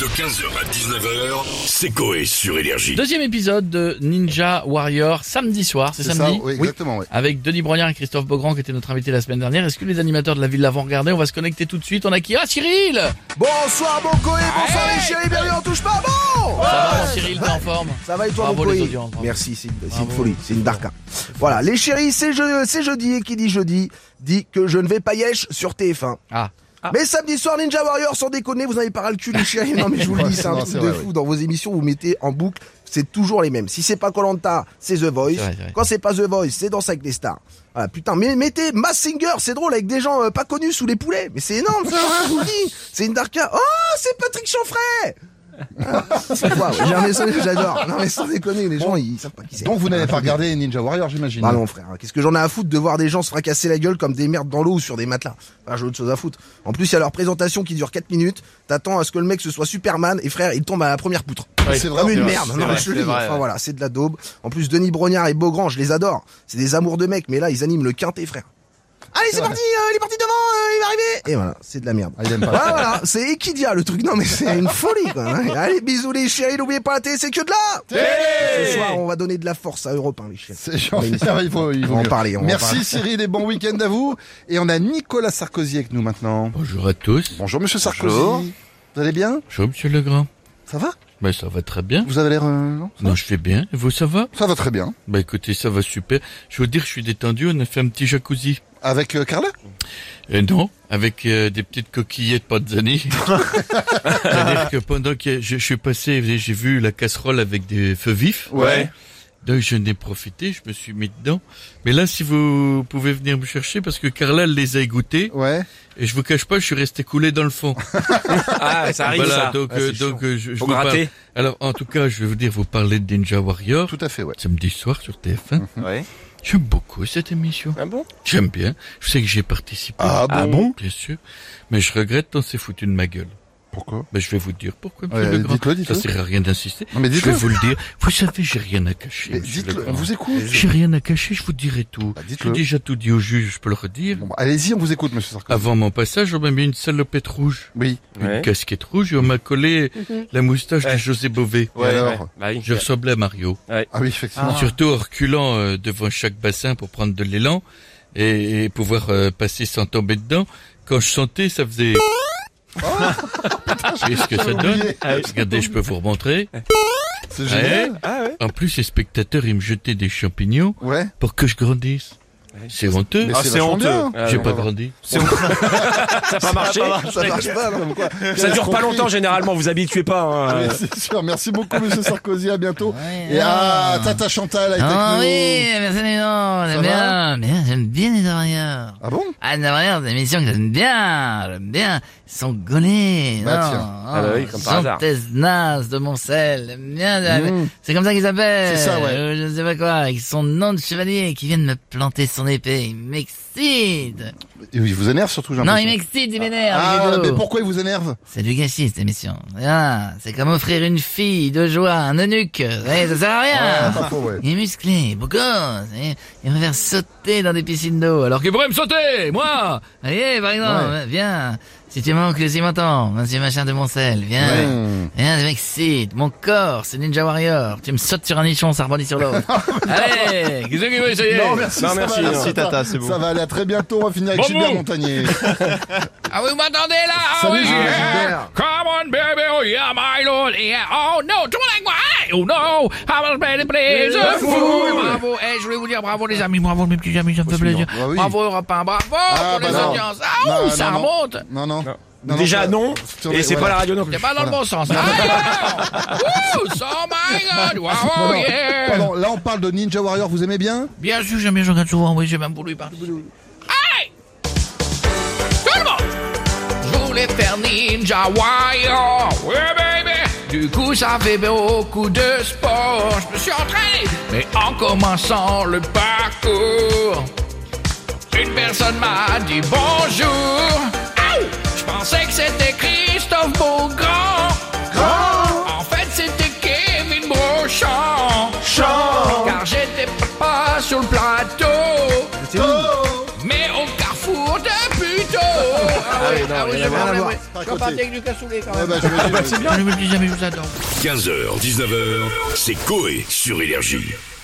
De 15h à 19h, c'est Coé sur Énergie. Deuxième épisode de Ninja Warrior, samedi soir, c'est C'est samedi ça, oui, exactement, ouais. Avec Denis Brognard et Christophe Beaugrand qui étaient notre invités la semaine dernière. Est-ce que les animateurs de la ville l'avont regardé On va se connecter tout de suite. On a qui Ah, Cyril Bonsoir, bon Coé, bonsoir les chéris, bienvenue, on touche pas bon Ah, Ça va, Ouais. Cyril, t'es en forme Ah, Ça va et toi, Bravo mon les Coé audiences, bravo. Merci, c'est une, c'est Bravo. une folie, c'est une darka. Voilà, les chéris, c'est je- c'est jeudi, et qui dit jeudi, dit que je ne vais pas yesh sur TF1. Ah, Mais samedi soir, Ninja Warrior, sans déconner, vous en avez pas ras le cul, les chéris. Non, mais je vous le dis, c'est un Non, truc c'est de vrai, fou. Dans vos émissions, vous mettez en boucle, c'est toujours les mêmes. Si c'est pas Colanta, c'est The Voice. C'est vrai, c'est vrai. Quand c'est pas The Voice, c'est Danse avec les stars. Voilà, putain, mais mettez Mass Singer, c'est drôle, avec des gens euh, pas connus sous les poulets. Mais c'est énorme, ça, hein, je vous le dis. C'est une darka. Oh, c'est Patrick Chanfray! Waouh, j'ai un message, j'adore. Non, mais sans déconner, les gens, ils savent pas qui c'est. Donc vous n'avez pas regardé Ninja Warrior, j'imagine. Bah non frère, qu'est-ce que j'en ai à foutre de voir des gens se fracasser la gueule comme des merdes dans l'eau ou sur des matelas. Enfin, j'ai autre chose à foutre. En plus, il y a leur présentation qui dure 4 minutes. T'attends à ce que le mec ce soit Superman et frère, il tombe à la première poutre. c'est Comme vraiment une merde. Non, mais je te le dis. Enfin, voilà, c'est de la daube. En plus, Denis Brognard et Beaugrand, je les adore. C'est des amours de mecs, mais là, ils animent le quintet, frère. Allez, c'est parti, euh, il est parti devant, euh, il va arriver. Et voilà, c'est de la merde. Ah, il aime pas. Voilà, voilà, c'est Equidia le truc. Non, mais c'est une folie, quoi. hein. Allez, bisous les chéris, n'oubliez pas la télé, c'est que de là. Ce soir, on va donner de la force à Europe 1, les chéris. C'est genre, il faut, il On faut va en mieux. parler, on va en Merci parler. Cyril et bon week-end à vous. Et on a Nicolas Sarkozy avec nous maintenant. bonjour à tous. Bonjour Monsieur Sarkozy. Bonjour. Vous allez bien Bonjour monsieur Legrand. Ça va Bah ça va très bien. Vous avez l'air... euh, non Non, je vais bien. Et vous, ça va Ça va très bien. Bah écoutez, ça va super. Je veux dire, je suis détendu. On a fait un petit jacuzzi. Avec euh, Carla Et non, avec euh, des petites coquillettes panzani. C'est-à-dire que pendant que je, je suis passé, j'ai vu la casserole avec des feux vifs. Ouais. Donc je n'ai profité, je me suis mis dedans. Mais là, si vous pouvez venir me chercher, parce que Carla elle les a égouttés, Ouais. et je vous cache pas, je suis resté coulé dans le fond. Ah, ça arrive voilà, ça. donc, Ah, euh, c'est donc euh, je, je Faut vous parle- gratter. Alors, en tout cas, je vais vous dire, vous parlez de Ninja Warrior, Tout à fait, ouais. samedi soir sur TF1. Mhm. Ouais. J'aime beaucoup cette émission. Ah bon J'aime bien. Je sais que j'ai participé. Ah Ah bon Bien sûr. Mais je regrette, on s'est foutu de ma gueule. Pourquoi Ben, je vais vous dire pourquoi, monsieur Ouais, Legrand. Dites-le, Ça dites-le. sert à rien d'insister. Non, mais Je dites-le. vais vous le dire. Vous savez, j'ai rien à cacher. Mais monsieur Dites-le, on Legrand. vous écoute. J'ai rien à cacher, je vous dirai tout. Bah, J'ai dites-le. déjà tout dit au juge, je peux le redire. Bon, bah, Allez-y, on vous écoute Monsieur Sarkozy. Avant mon passage, on m'a mis une salopette rouge, Oui. une Ouais. casquette rouge, et on m'a collé Mhm. la moustache de Ouais. José Bové. Et alors Bah oui. Je ressemblais à Mario. Ah oui, effectivement. Surtout en reculant euh, devant chaque bassin pour prendre de l'élan et, et pouvoir euh, passer sans tomber dedans. Quand je sentais, ça faisait... Ah. Vous voyez ce que ça donne Ah oublié. Regardez, je peux vous remontrer. C'est génial. Ah ouais. En plus, les spectateurs, ils me jetaient des champignons Ouais. pour que je grandisse. C'est honteux. Mais Ah, c'est vachement honteux. bien. Ah, J'ai non. pas grandi. Ça a pas marché. Ça marche pas, non Ça dure pas Compris. longtemps généralement. Vous habituez pas. hein. Ah, mais c'est sûr. Merci beaucoup, Monsieur Sarkozy. À bientôt. Et ah, Tata Chantal avec Ah nous. oui, merci les gens, Ça j'aime bien, bien, j'aime bien les Avariens. Ah bon Ah, les Avariens, c'est une émission que j'aime bien, j'aime bien. Ils sont gaulés, Bah, non, tiens. non, Ah bah oui, comme par hasard. Santeznas de Montcel, j'aime bien, j'aime- Mmh. c'est comme ça qu'ils s'appellent. C'est ça, ouais. Euh, Je ne sais pas quoi, avec son nom de chevalier, qui vient de me planter son épée, il m'excite. Et oui, il vous énerve surtout, j'ai Non, il l'impression. m'excite, il m'énerve. Ah, Guido. mais pourquoi il vous énerve C'est du gâchis, cette émission. Ah, c'est comme offrir une fille de joie à un eunuque. Ouais, ça sert à rien. Ah, pas faux, ouais. Il est musclé, beau gosse, et il va faire sauter dans des piscines d'eau, alors qu'il pourrait me sauter, moi Allez, par exemple, hein, viens, si tu manques, si m'entends, monsieur machin de Moncel, viens, Ouais. viens, je m'excite, mon corps, c'est Ninja Warrior, tu me sautes sur un nichon, ça rebondit sur l'autre. Allez, qu'est-ce qui veut essayer Non, merci, Non, ça merci, hein. va, non. Merci, Tata, c'est bon. Ça va aller à très bientôt, on va finir avec Bon, Gilbert bon. Montagnier. Ah, vous m'entendez là Oh, Salut, yeah. Gilbert. Come on, baby, oh yeah, my lord, yeah. Oh no, tout like moi. Oh no, I was very pleased. Fou. Bravo, eh, je voulais vous dire bravo les amis, bravo mes petits amis, ça me fait plaisir. mignon. Bah oui. Bravo Europe 1, bravo Ah, pour bah les non. audiences. Ah, Non, ouh, non, ça non. remonte. Non, non. non Déjà non. sur les- Et c'est voilà. pas la radio non plus. T'es pas dans le bon sens. Ah, yeah. Ouh, so my god, wow, Oh, Pardon, yeah. pardon, là on parle de Ninja Warrior, vous aimez bien Bien sûr, j'aime bien, je regarde souvent, oui, j'ai même voulu y participer. Allez Tout le monde Je voulais faire Ninja Warrior, oui baby Du coup, ça fait beaucoup de sport, je me suis entraîné, mais en commençant le parcours, une personne m'a dit bonjour. Aïe Je pensais que c'était Christophe Beaugrand. En fait, c'était Kevin Brochant. Car j'étais pas sur le plateau, mais au carrefour de plutôt. Ah oui, non, Ah oui, rien j'ai à voir. pas voir. ouais. C'est pas à Je suis côté. parti avec du cassoulet quand Ouais, même. bah, j'imagine, oui. Je me dis jamais, je vous adore. 15h, 19h, c'est Coé sur Énergie.